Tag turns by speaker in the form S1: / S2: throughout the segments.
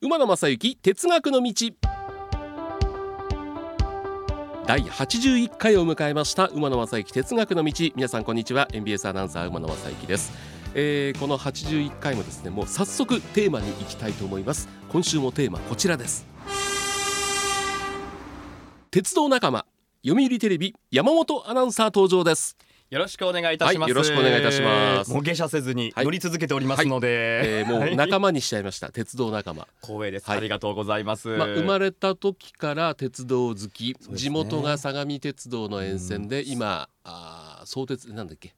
S1: 馬野正幸哲学の道第81回を迎えました馬野正幸哲学の道皆さんこんにちは NBS アナウンサー馬野正幸です、えーこの81回もですねもう早速テーマに行きたいと思います今週もテーマこちらです鉄道仲間読売テレビ山本アナウンサー登場です、
S2: よろしくお願いいたしま
S1: はい
S2: す、
S1: よろしくお願いいたします
S2: もう下車せずに
S1: はい
S2: 乗り続けておりますの
S1: え
S2: で、
S1: ーもう
S2: はい
S1: 仲間にしちゃいました鉄道仲間
S2: 光栄です、
S1: はい
S2: ありがとうございます、
S1: まあ、生まれた時から鉄道好き、
S2: ね
S1: 地元が相模鉄道の沿線で今あー相鉄なんだっけ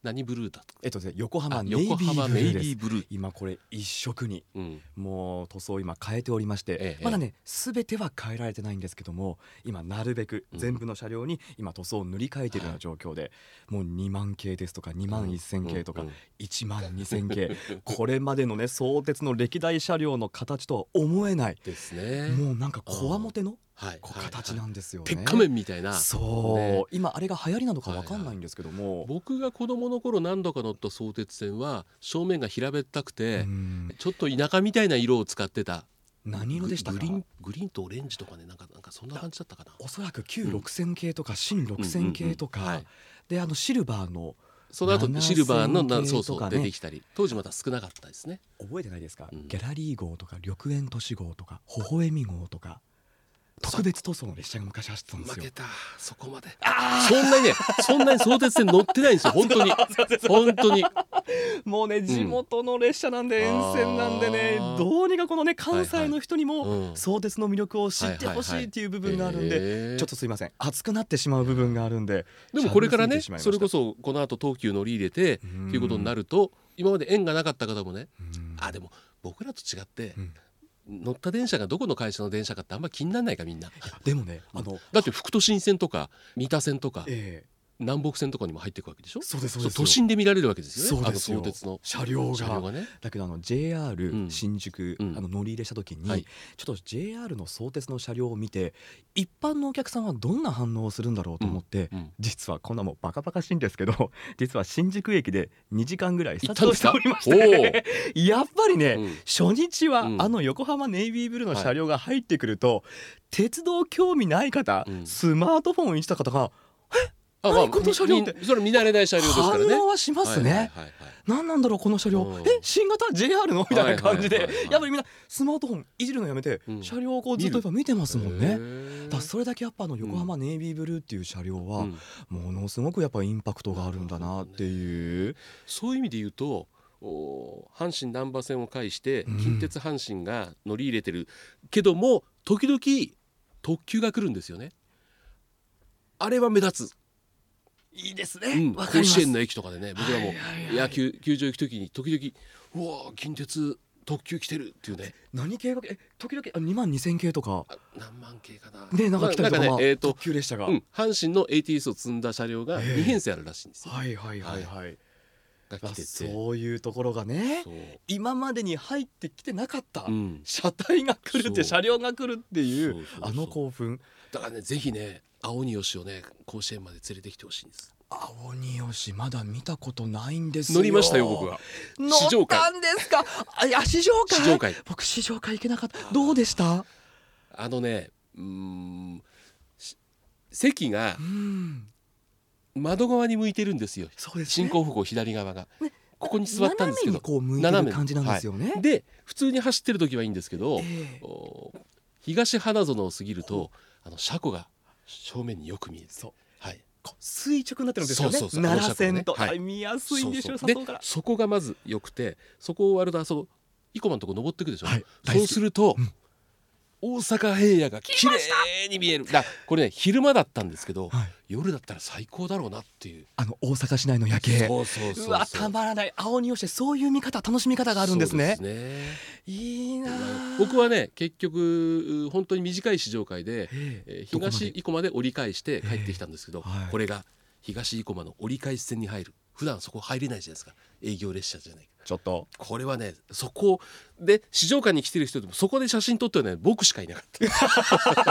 S1: 何ブルーだとか
S2: えっとですね横浜
S1: あ
S2: ネイビ
S1: 横
S2: ー
S1: 浜
S2: ブル
S1: メイ
S2: ーで
S1: ビ
S2: す
S1: ーブルー、
S2: 今これ一色に
S1: うん、
S2: もう塗装を今変えておりまして、
S1: ええ
S2: まだね全ては変えられてないんですけども今なるべく
S1: うん
S2: 全部の車両に今塗装を塗り替えているような状況で、もう2万系ですとか2万1000系とか
S1: うんうん
S2: 1万2000系これまでのね相鉄の歴代車両の形とは思えない
S1: ですね。
S2: もうなんかこわもての
S1: はい
S2: こう形
S1: ん
S2: なんですよね。
S1: 鉄仮面みたいな。
S2: そう、
S1: ね
S2: 今あれが流行りなのかわかんないんですけども、
S1: 僕が子供の頃何度か乗った相鉄線は正面が平べったくて、
S2: うん
S1: ちょっと田舎みたいな色を使ってた。
S2: 何色でした
S1: グ
S2: か
S1: グリーングリーンとオレンジとかねなんかなんかそんな感じだったかな。
S2: おそらく旧6000系とか新6000系とか、
S1: うんうんうんはい
S2: であのシルバーの
S1: その後シルバーのな
S2: 7000系
S1: そうそ
S2: と
S1: う
S2: かね
S1: 出てきたり、当時まだ少なかったですね。
S2: 覚えてないですか、
S1: うん
S2: ギャラリー号とか緑園都市号とか微笑み号とか特別塗装の列車が昔走ってたんで
S1: 負
S2: すよ
S1: け。たそこまでそんなにねそんなに相鉄線乗ってないんで すよ本当に本当に
S2: もうね地元の列車なんで
S1: うん
S2: 沿線なんでね、
S1: あー
S2: どうにかこのね関西の人に
S1: はいはいう
S2: も
S1: ん
S2: 相鉄の魅力を知ってほしいっていう部分があるんで、
S1: えー
S2: ちょっとすいません熱くなってしまう部分があるんで
S1: でもこれからね
S2: しゃべりすぎてしまいました
S1: それこそこの後東急乗り入れてって
S2: うん
S1: いうことになると今まで縁がなかった方もね
S2: うん
S1: あでも僕らと違って
S2: うん
S1: 乗った電車がどこの会社の電車かってあんま気にならないかみんな
S2: でもねあの、
S1: だって副都心線とか三田線とか
S2: え
S1: 南北線とかにも入っていくわけでしょ
S2: えそうですそう
S1: そう
S2: です
S1: 都心で見られるわけですよ
S2: そ
S1: ね
S2: う
S1: あ
S2: で
S1: の
S2: すよ
S1: 相鉄の
S2: 車両が
S1: 車両がね
S2: だけどあの JR
S1: うん
S2: 新宿、
S1: うん
S2: あの乗り入れした時に、
S1: はい
S2: ちょっと JR の相鉄の車両を見て一般のお客さんはどんな反応をするんだろうと思って、
S1: うん
S2: 実はこんなもうバカバカしいんですけど 実は新宿駅で2時間ぐらい
S1: 行
S2: 撮
S1: ったん
S2: 影
S1: で
S2: し
S1: す
S2: て
S1: か
S2: おりまして、 やっぱりね、
S1: おーうん
S2: 初日は
S1: うん
S2: あの横浜ネイビーブルーの
S1: はい
S2: 車両が入ってくると、鉄道興味ない方、
S1: うん
S2: スマートフォンをいじった方が
S1: あ
S2: 何この車両って
S1: みそ れ見慣れない車両ですからね
S2: 反応はしますね、
S1: はいはいはいはい
S2: 何なんだろうこの車両、
S1: うん
S2: え新型 JR のみたいな感じで、
S1: はいはいはいはい
S2: やっぱりみんなスマートフォンいじるのやめて、
S1: うん
S2: 車両をこうずっとやっぱ見てますもん
S1: へ
S2: ね。
S1: ー
S2: だからそれだけやっぱあの横浜ネイビーブルーっていう車両
S1: う
S2: は
S1: ん
S2: ものすごくやっぱインパクトがあるんだなっていう、
S1: そういう意味で言うとおー阪神難波線を介して
S2: うん
S1: 近鉄阪神が乗り入れてるけども時々特急が来るんですよねあれは目立つ、
S2: いいです
S1: うん、
S2: わか
S1: 甲
S2: りま
S1: 子園
S2: す
S1: の駅とかでね僕らも
S2: はいはいはい
S1: 野球球場行く時に時々うわー近鉄特急来てるっていうね
S2: 何系がえ時々あ2万2000系とか
S1: あ何万系かな
S2: ねなんか来たりとか,、
S1: まあ
S2: ま
S1: な
S2: あ
S1: んかねえーと
S2: 特急列車が、
S1: うん、阪神の ATS を積んだ車両が
S2: ええ
S1: 2編成あるらしいんですよ、
S2: はいはいはいはい、
S1: が
S2: あ
S1: 来てて
S2: そういうところがね
S1: そう
S2: 今までに入ってきてなかった、
S1: うん
S2: 車体が来るって
S1: そう
S2: 車両が来るっていう
S1: そうそうそう
S2: あの興奮
S1: だからねぜひね青によしをね甲子園まで連れてきてほしいんです
S2: 青によしまだ見たことないんですよ
S1: 乗りましたよ僕は
S2: 乗
S1: 試乗
S2: っ
S1: 会
S2: たんですかあいや試乗会
S1: 試乗会
S2: 僕試乗会行けなかったどうでした
S1: あのねうーんし席が
S2: うん
S1: 窓側に向いてるんですよ
S2: そうです
S1: 進
S2: ね
S1: 行方向左側が、
S2: ね
S1: ここに座ったんですけど
S2: 斜めにこう向いて
S1: 斜め
S2: る感じなんですよね、
S1: はいで普通に走ってる時はいいんですけど、
S2: ええ
S1: お東花園を過ぎるとあの車庫が正面によく見える
S2: そう
S1: はい
S2: こう垂直になってるんですよね
S1: そうそうそう
S2: 奈良線と、
S1: あの車庫ねはい
S2: あ見やすいんでしょ
S1: そううそう
S2: 佐藤から
S1: でそこがまず良くてそこを割るとあそこ生駒のとこ登っていくでしょ、
S2: はい大
S1: そ
S2: 好
S1: う
S2: き
S1: すると、大阪平野が綺麗に見えるだこれね昼間だったんですけど、
S2: はい
S1: 夜だったら最高だろうなっていう
S2: あの大阪市内の夜景
S1: そうそうそうそう
S2: うわたまらない青によしてそういう見方楽しみ方があるんですね
S1: そうですね
S2: いいなあ
S1: 僕はね結局本当に短い試乗会で、
S2: ええ
S1: えー
S2: どこまで
S1: 東生駒で折り返して帰ってきたんですけど、
S2: ええはい
S1: これが東生駒の折り返し線に入る普段そこ入れないじゃないですか営業列車じゃない
S2: ちょっと
S1: これはねそこで試乗会に来てる人でもそこで写真撮ってるのはね僕しかいなかった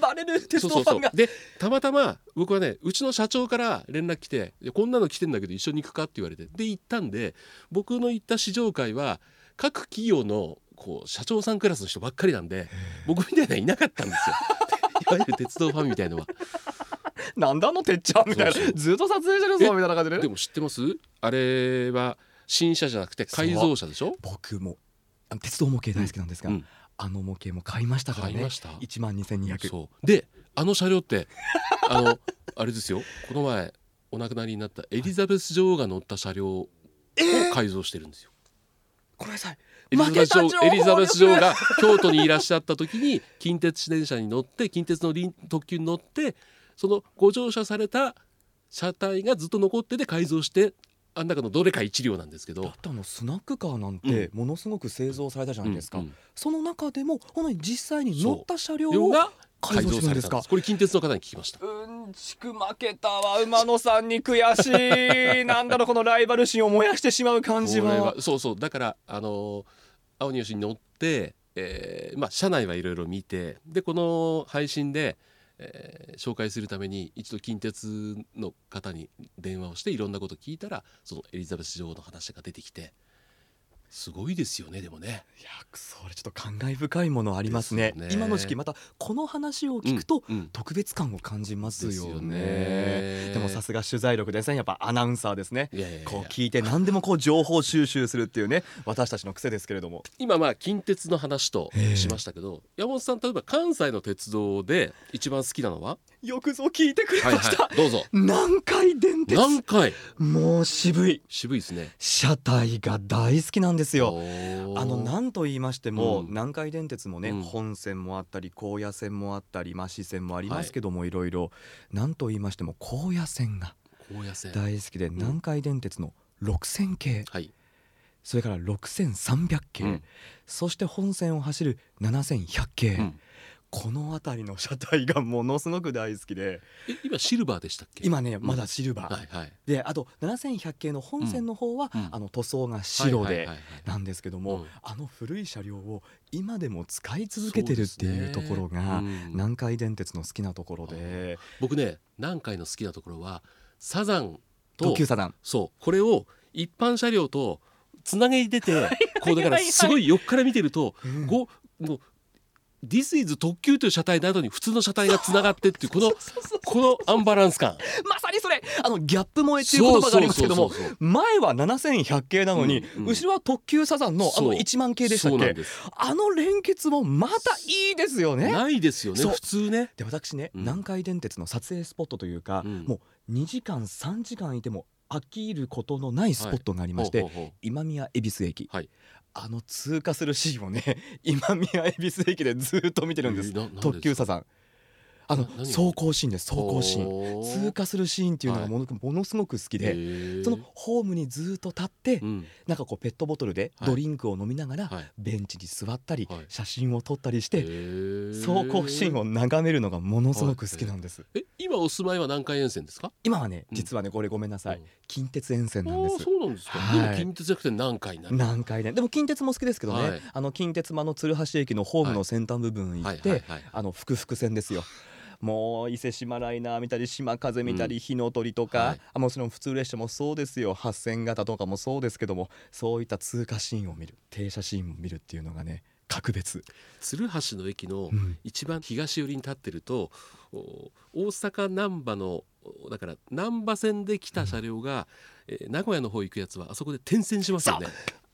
S2: バレる鉄
S1: そう
S2: 道
S1: そう
S2: ファ
S1: そ
S2: ン
S1: う
S2: が
S1: でたまたま僕はねうちの社長から連絡来ていやこんなの来てんだけど一緒に行くかって言われてで行ったんで僕の行った試乗会は各企業のこう社長さんクラスの人ばっかりなんで僕みたいなのいなかったんですよ いわゆる鉄道ファンみたいのは
S2: なんだあのてっちゃんみたいな
S1: そうそう
S2: ずっと撮影してるぞみたいな感じ で
S1: でも知ってますあれは新車じゃなくて改造車でしょ
S2: 僕もあの鉄道模型大好きなんですが、
S1: うん
S2: あの模型も買いましたから
S1: 買い
S2: ね
S1: ました
S2: 1万2200
S1: そうであの車両って あのあれですよこの前お亡くなりになったエリザベス女王が乗った車両を改造してるんですよ、
S2: ごめんなさい
S1: エリザベス女
S2: 負けた情
S1: 王
S2: 報
S1: エリザベス女王が 京都にいらっしゃった時に近鉄自転車に乗って近鉄の臨特急に乗ってそのご乗車された車体がずっと残ってて改造してあん中のどれか一両なんですけ
S2: だ
S1: ど
S2: っ。てあのスナックカーなんてものすごく製造されたじゃないですか、
S1: うんうん
S2: その中でも本当に実際に乗った車両
S1: 両
S2: を
S1: が
S2: 改
S1: 改
S2: 造
S1: 造
S2: してる
S1: された
S2: んです
S1: んで
S2: か
S1: す。これ近鉄の方に聞きました。
S2: うんちく負けたわ馬野さんに悔し いなんだろうこのライバル心を燃やしてしまう感じ
S1: これは
S2: は
S1: そうそうだからあの青に吉に乗って、えーまあ、車内はいろいろ見てでこの配信で、えー紹介するために一度近鉄の方に電話をしていろんなこと聞いたらそのエリザベス女王の話が出てきてすごいですよねでもね。
S2: いやそれちょっと感慨深いものあります
S1: で
S2: ね
S1: すよね
S2: 今の時期またこの話を聞くと、
S1: うんうん
S2: 特別感を感じますよ
S1: ですよね
S2: ねでもさすが取材力ですねやっぱアナウンサーですね
S1: いやいやいや
S2: こう聞いて何でもこう情報収集するっていうね私たちの癖ですけれども
S1: 今まあ近鉄の話としましたけど山本さん例えば関西の鉄道で一番好きなのは、
S2: よくぞ聞いてくれま
S1: はい
S2: した、
S1: はい、どうぞ
S2: 南海電 鉄
S1: 何回
S2: もう渋い
S1: 渋いですね。
S2: 車体が大好きなんですよあ
S1: あ
S2: のなんと言いましても、
S1: うん
S2: 南海電鉄もね、
S1: うん
S2: 本線もあったり高野線もあったりまあ市線もありますけども、い、ろいろなんと言いましても高野線が
S1: 高野線
S2: 大好きで、南海電鉄の6000系
S1: はい、
S2: それから6300系、
S1: うん
S2: そして本線を走る7100系、
S1: うん
S2: この辺りの車体がものすごく大好きで
S1: え今シルバーでしたっけ
S2: 今ねまだシルバー、
S1: はいはい
S2: であと7100系の本線の方は、
S1: うんうん
S2: あの塗装が白
S1: はい
S2: で
S1: はいはいはい
S2: なんですけども、
S1: うん
S2: あの古い車両を今でも使い続けてるっていうところが、
S1: そうですねうん
S2: 南海電鉄の好きなところで
S1: 僕ね南海の好きなところはサザンと
S2: 特急サダン
S1: そうこれを一般車両とつなげててこうだから
S2: はいはい
S1: すごい横から見てると、
S2: うん
S1: ごもう This is 特急という車体の後に普通の車体がつながってっていうこのこのアンバランス感
S2: まさにそれあのギャップ萌えっていう言葉がありますけども
S1: そうそうそうそう
S2: 前は7100系なの
S1: う
S2: に、
S1: んうん
S2: 後ろは特急サザンのあ
S1: そう
S2: の1万系でした
S1: そ
S2: っ
S1: うなん
S2: け
S1: です
S2: あの連結もまたいいですよね。
S1: ないですよね
S2: そう
S1: 普通ね
S2: で私ね、
S1: うん
S2: 南海電鉄の撮影スポットというか、
S1: うん
S2: もう2時間3時間いても飽きることのないスポットがありまして、
S1: ほうほうほう
S2: 今宮恵比寿駅、
S1: はい
S2: あの通過するシーンをね 今宮恵比寿駅でずっと見てるんです、
S1: えーななんでですか
S2: 特急サザンあの
S1: な何が
S2: 走行シーンです走行シーン
S1: ほう
S2: 通過するシーンっていうのがもの,、ものすごく好き
S1: へ
S2: で、
S1: ー
S2: そのホームにずっと立って、
S1: うん
S2: なんかこうペットボトルで
S1: はい
S2: ドリンクを飲みながら、
S1: はい
S2: ベンチに座ったり、
S1: はい
S2: 写真を撮ったりし
S1: へ
S2: て、
S1: ー
S2: 走行シーンを眺めるのがものすごく好きなんです、
S1: え今お住まいは南海沿線ですか
S2: 今はね
S1: うん
S2: 実はねこれごめんなさい、
S1: うん
S2: 近鉄沿線なんで
S1: ああ
S2: す
S1: そうなんですか、
S2: はい
S1: でも近鉄じゃなくて南海になる
S2: 南海ででも近鉄も好きですけどね、
S1: はい
S2: あの近鉄間の鶴橋駅のホームの先端部分行
S1: は
S2: っ
S1: いはい
S2: て
S1: はい
S2: あの福々線ですよ もう伊勢志摩ライナー見たり島風見たり火の鳥とか、
S1: はい
S2: あもちろん普通列車もそうですよ八線型とかもそうですけどもそういった通過シーンを見る停車シーンを見るっていうのがね格別
S1: 鶴橋の駅の
S2: うん
S1: 一番東寄りに立ってると、お大阪難波のおだから難波線で来た車両が、えー名古屋の方行くやつはあそこで転線しますよね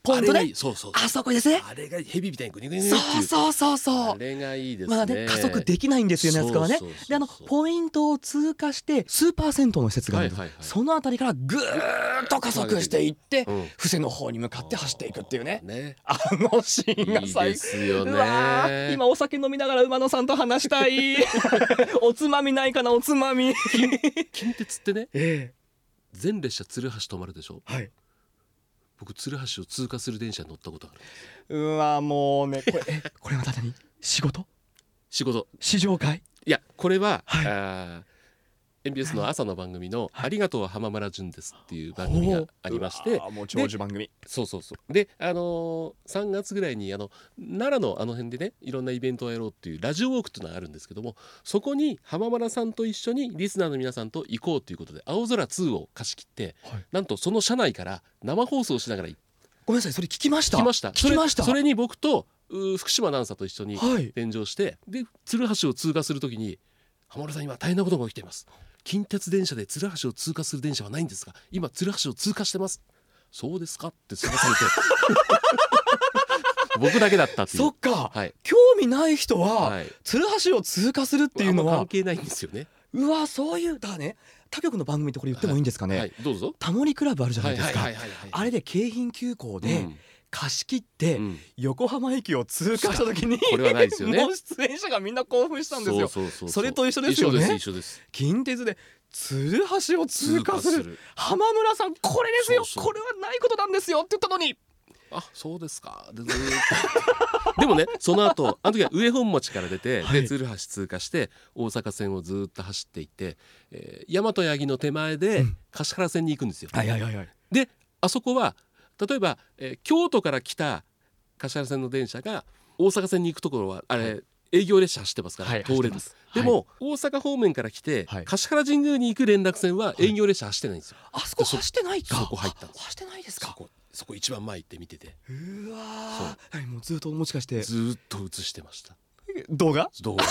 S2: ポンと
S1: あれ
S2: ね
S1: がいいそうそうそう
S2: あそこですね
S1: あれがヘビみたいにグニグニグニ
S2: そ
S1: っていう
S2: うそうそうそ
S1: あ
S2: う
S1: れがいいですね
S2: まだね加速できないんですよねあそこはね
S1: そうそうそうそう
S2: であのポイントを通過してスーパー銭湯の施設があるんです、
S1: はいはいはい
S2: その辺りからぐーっと加速していって、
S1: うん
S2: 布施の方に向かって走っていくっていうね
S1: ね
S2: あのシーンが
S1: いい
S2: 最
S1: ですよね
S2: うわー今お酒飲みながら馬野さんと話した いおつまみないかなおつまみ
S1: 近鉄ってね
S2: ええ
S1: 全列車鶴橋止まるでしょ
S2: はい
S1: 僕鶴橋を通過する電車に乗ったことある
S2: うわもうねこれえこれまた何仕事
S1: 仕事
S2: 試乗会
S1: いやこれは、
S2: はい
S1: あー NBS の朝の番組の「ありがとう浜村淳です」っていう番組がありまして、
S2: うわーもう長寿番組
S1: そうそうそうであのー、3月ぐらいにあの奈良のあの辺でねいろんなイベントをやろうっていうラジオウォークっていうのがあるんですけどもそこに浜村さんと一緒にリスナーの皆さんと行こうということで「青空2」を貸し切って、
S2: はい
S1: なんとその車内から生放送しながら行っ
S2: ごめんなさいそれ聞きました
S1: 聞きました
S2: 聞きました
S1: それそれに僕とうー福島アナウンサーと一緒に
S2: はい
S1: 炎上してで鶴橋を通過するときに「浜村さん今大変なことが起きています」「近鉄電車で鶴橋を通過する電車はないんですが今鶴橋を通過してます」「そうですか?」って過ごされて 僕だけだったっていう
S2: そっか、
S1: はい
S2: 興味ない人は、
S1: はい、っ
S2: 鶴橋を通過するっていうのは
S1: 関係ないんですよね。
S2: うわそういうだからね他局の番組ってこれ言ってもいいんですかね、
S1: はい、どうぞ。
S2: タモリクラブあるじゃないですか、
S1: いはい
S2: あれで京浜急行
S1: う
S2: で、
S1: ん
S2: 貸し切って、
S1: うん
S2: 横浜駅を通過した 時に
S1: これはないですよね
S2: もう出演者がみんな興奮したんですよ
S1: そうそうそうう
S2: それと一緒ですよね
S1: 一緒です一緒です
S2: 近鉄で鶴橋を通過する
S1: る
S2: 浜村さんこれですよ
S1: そうそう
S2: これはないことなんですよって言ったのに
S1: あそうですかでずーっと でもねその後あの時は上本町から出て、
S2: はい
S1: で鶴橋通過して大阪線をずーっと走っていって、えー、大和八木の手前で、
S2: うん
S1: 橿原線に行くんですよ。
S2: はいはいはいはい
S1: であそこは例えば、えー京都から来た橿原線の電車が大阪線に行くところはあれ、
S2: はい
S1: 営業列車走ってますから、通れる
S2: す
S1: でも、大阪方面から来て、
S2: はい
S1: 橿原神宮に行く連絡線は営業列車走ってないんですよ。
S2: あそこ走ってないか
S1: そこ入ったんです
S2: あ走ってないです
S1: そ
S2: か
S1: こそこ一番前行って見てて
S2: うわーはいもうずっともしかして
S1: ずーっと映してました
S2: 動画
S1: 動画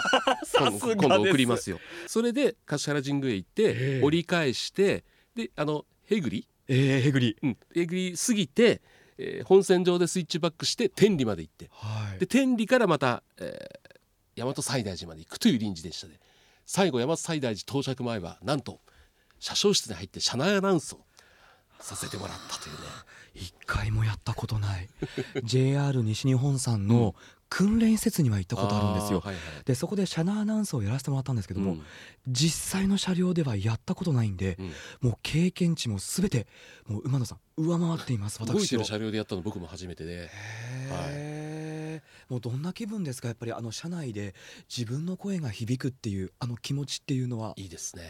S1: 今度
S2: さすがです
S1: 今度送りますよそれで橿原神宮へ行っ
S2: え
S1: て
S2: え
S1: 折り返してであのへぐり
S2: えーへぐり
S1: うんへぐり過ぎて、えー本線上でスイッチバックして天理まで行って
S2: はい
S1: で天理からまた、えー、大和西大寺まで行くという臨時でしたで最後大和西大寺到着前はなんと車掌室に入って車内アナウンスをさせてもらったというね
S2: 一回もやったことない JR 西日本さんの訓練施設には行ったことあるんですよ
S1: ーはいはい
S2: でそこで車内アナウンスをやらせてもらったんですけども、
S1: うん
S2: 実際の車両ではやったことないんで、
S1: うん
S2: もう経験値もすべてもう馬野さん上回っています
S1: 動い
S2: 私
S1: て
S2: を
S1: る車両でやったの僕も初めてで
S2: へーもうどんな気分ですかやっぱりあの車内で自分の声が響くっていうあの気持ちっていうのはい
S1: い ですね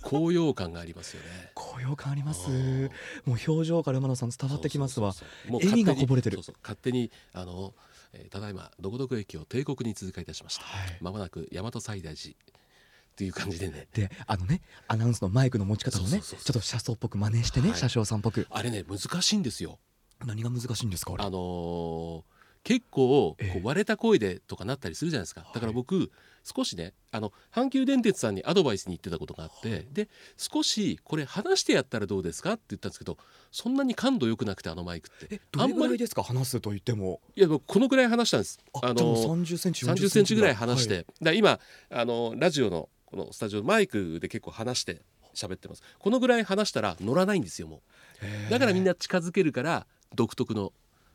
S1: 高揚感がありますよね
S2: 高揚感あります
S1: うん
S2: もう表情から馬野さん伝わってきますわ
S1: そうそうそうもう
S2: 笑みが
S1: 勝手に
S2: こぼれてる
S1: そうそう勝手にあの、えーただいまどこどこ駅を帝国に通過いたしました
S2: はい
S1: まもなく大和西大寺っていう感じでね
S2: であのねアナウンスのマイクの持ち方もね
S1: そうそうそうそう
S2: ちょっと車窓っぽく真似してね、
S1: はい
S2: 車掌さんっぽく
S1: あれね難しいんですよ
S2: 何が難しいんですかあれ
S1: あのー結構こ
S2: ええ
S1: う割れた声でとかなったりするじゃないですか、だから僕、少しねあの阪急電鉄さんにアドバイスに行ってたことがあって、で少しこれ話してやったらどうですかって言ったんですけどそんなに感度良くなくてあのマイクって
S2: えどれぐ
S1: あんま
S2: らい
S1: り
S2: ですか話すと言っても
S1: いや僕このぐらい話したんですの
S2: あ、じゃあもう30センチ
S1: 30センチぐらい話し
S2: は
S1: て、だ今あのラジオのこのスタジオマイクで結構話して喋ってますこのぐらい話したら乗らないんですよもう
S2: い
S1: だからみんな近づけるから独特の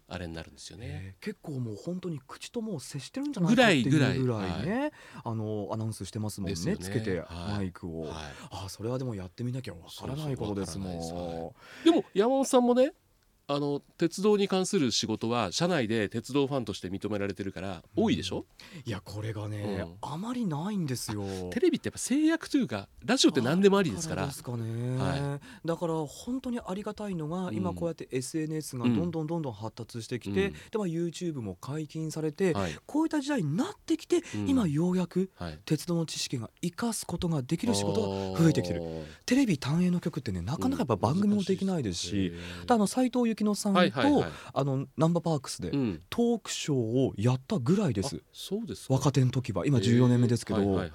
S1: あれになるんですよね、
S2: えー結構もう本当に口ともう接してるんじゃないか
S1: ぐ
S2: っ
S1: ら
S2: て
S1: い
S2: いうぐらい
S1: ぐらい
S2: ね、あのアナウンスしてますもんね
S1: ですよね
S2: つけて
S1: はい
S2: マイクを、
S1: は
S2: あそれはでもやってみなきゃわからないことですもん
S1: そうそうわからないい、でも山本さんもねあの鉄道に関する仕事は社内で鉄道ファンとして認められてるから多いでしょ、
S2: いやこれがね、
S1: うん
S2: あまりないんですよ
S1: テレビってやっぱ制約というかラジオって何でもありですから
S2: だからですかね、
S1: は
S2: だから本当にありがたいのが、
S1: うん
S2: 今こうやって SNS がどんどんどんどん発達してきて、
S1: うん
S2: でまあ YouTube も解禁されて、
S1: はい
S2: こういった時代になってきて、
S1: うん
S2: 今ようやく
S1: はい、
S2: 鉄道の知識が生かすことができる仕事が
S1: が
S2: 増えてきてるテレビ単映の曲ってねなかなかやっぱ番組もできないですし、ただあの斎藤幸乃さんと、
S1: はいはいはい
S2: あのナンバーパークスで
S1: うん、
S2: トークショーをやったぐらいで
S1: あ
S2: す、
S1: そうですか
S2: 若手の時は今14年目ですけど、
S1: えーはいはい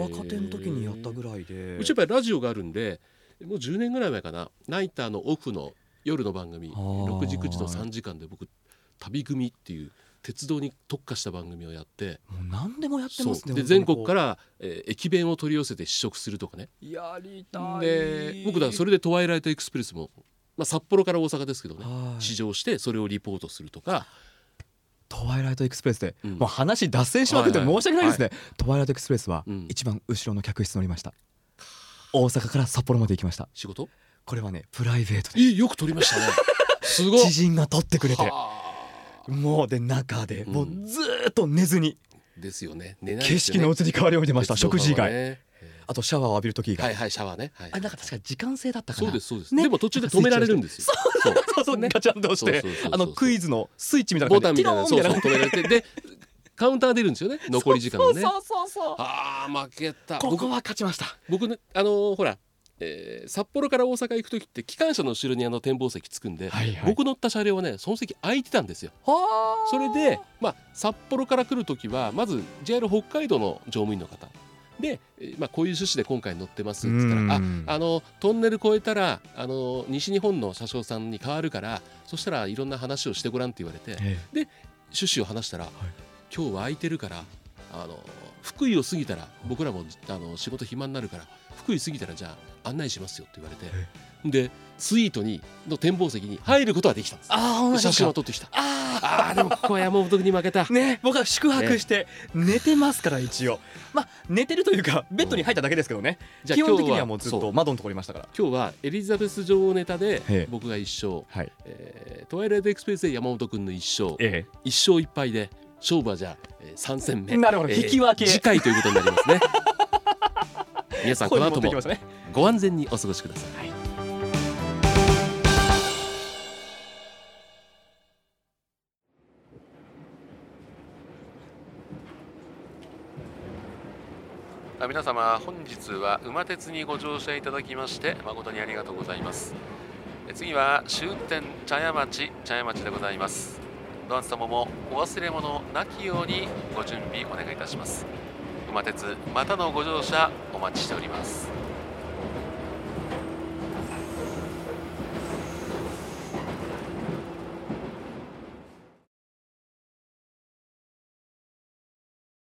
S1: はい
S2: 若手の時にやったぐらいで
S1: うちやっぱりラジオがあるんでもう10年ぐらい前かなナイターのオフの夜の番組
S2: あー
S1: 6時9時の3時間で僕「旅組」っていう鉄道に特化した番組をやって
S2: もう何でもやってます
S1: そ
S2: ね
S1: うで全国からら、えー駅弁を取り寄せて試食するとかね
S2: やりたい
S1: で僕だからそ
S2: れ
S1: れで「トワイライトエクスプレスも」まあ、札幌から大阪ですけどね
S2: はい
S1: 試乗してそれをリポートするとか
S2: トワイライトエクスプレスで、
S1: うん
S2: もう話脱線しまくって
S1: は
S2: 申
S1: いはい
S2: し訳ないですね、トワイライトエクスプレスは
S1: うん
S2: 一番後ろの客室乗りました、大阪から札幌まで行きました
S1: 仕事
S2: これはねプライベート
S1: え
S2: で
S1: よく取りましたねすごい
S2: 知人が取ってくれて
S1: はあ
S2: もうで中で
S1: うん
S2: もうずーっと寝ずに
S1: ですよね寝ない
S2: 景
S1: ですよ
S2: 色
S1: ね
S2: の移り変わりを見てました、
S1: 鉄道
S2: 食事以
S1: ファンは
S2: 外、
S1: ね
S2: あとシャワーを浴びる時以外、
S1: はいはいシャワーね、はい
S2: あれなんか確か時間制だったかな
S1: そうですそうです、
S2: ね
S1: でも途中で止められるんですよそう
S2: そうそう、ガチャンと押して
S1: そうそうそうそう
S2: あのクイズのスイッチみたいな
S1: ボタ
S2: 感
S1: ン
S2: じ
S1: み
S2: で
S1: たいなそ
S2: ピロ
S1: う
S2: ーン
S1: そう止
S2: み
S1: められてでカウンター出るんですよ ね残り時間
S2: たい
S1: の
S2: な
S1: ね
S2: そうそうそうそう
S1: ああ負けた
S2: ここ
S1: 僕
S2: は勝ちました
S1: 僕ねあのーほらえー札幌から大阪行く時って機関車の後ろにあの展望席つくんで、
S2: はいはい
S1: 僕乗った車両はねその席空いてたんですよ
S2: は
S1: それで、まあ、札幌から来る時はまず JR 北海道の乗務員の方で、えーまあ、こういう趣旨で今回乗ってますっつったら「ああのトンネル越えたらあの西日本の車掌さんに変わるからそしたらいろんな話をしてごらん」って言われて
S2: え
S1: 趣旨を話したら、今日は空いてるからあの福井を過ぎたら僕らもあの仕事暇になるから福井過ぎたらじゃあ案内しますよって言われて、でツイートにの展望席に入ることはできたんです、
S2: あー
S1: で
S2: 同
S1: 写
S2: じ
S1: 真を
S2: か
S1: 撮ってきた
S2: あー
S1: あーでもここは山本君に負け た
S2: ね僕は宿泊して寝てますから一応まあ寝てるというかベッドに入っただけですけどね、
S1: じゃあ
S2: 基
S1: 今
S2: 本
S1: 日
S2: 的には
S1: は
S2: もうずっ
S1: そ
S2: と
S1: う
S2: 窓のところにいましたから
S1: 今日はエリザベス女王ネタ
S2: え
S1: で
S2: え
S1: 僕が一勝、
S2: はい
S1: えートワイライトエクスプレスで山本君の一勝
S2: え
S1: 一勝一敗で勝負はじゃあ、えー、3戦目
S2: なるほど引き分け
S1: 次回ということになります ね皆さんこ
S2: 声
S1: の
S2: に持
S1: 後
S2: って
S1: も
S2: きましたね
S1: ご安全にお過ごしください、あ皆様本日は馬鉄にご乗車いただきまして誠にありがとうございますえ次は終点茶屋町茶屋町でございますドアンス様もお忘れ物なきようにご準備お願いいたします馬鉄またのご乗車お待ちしております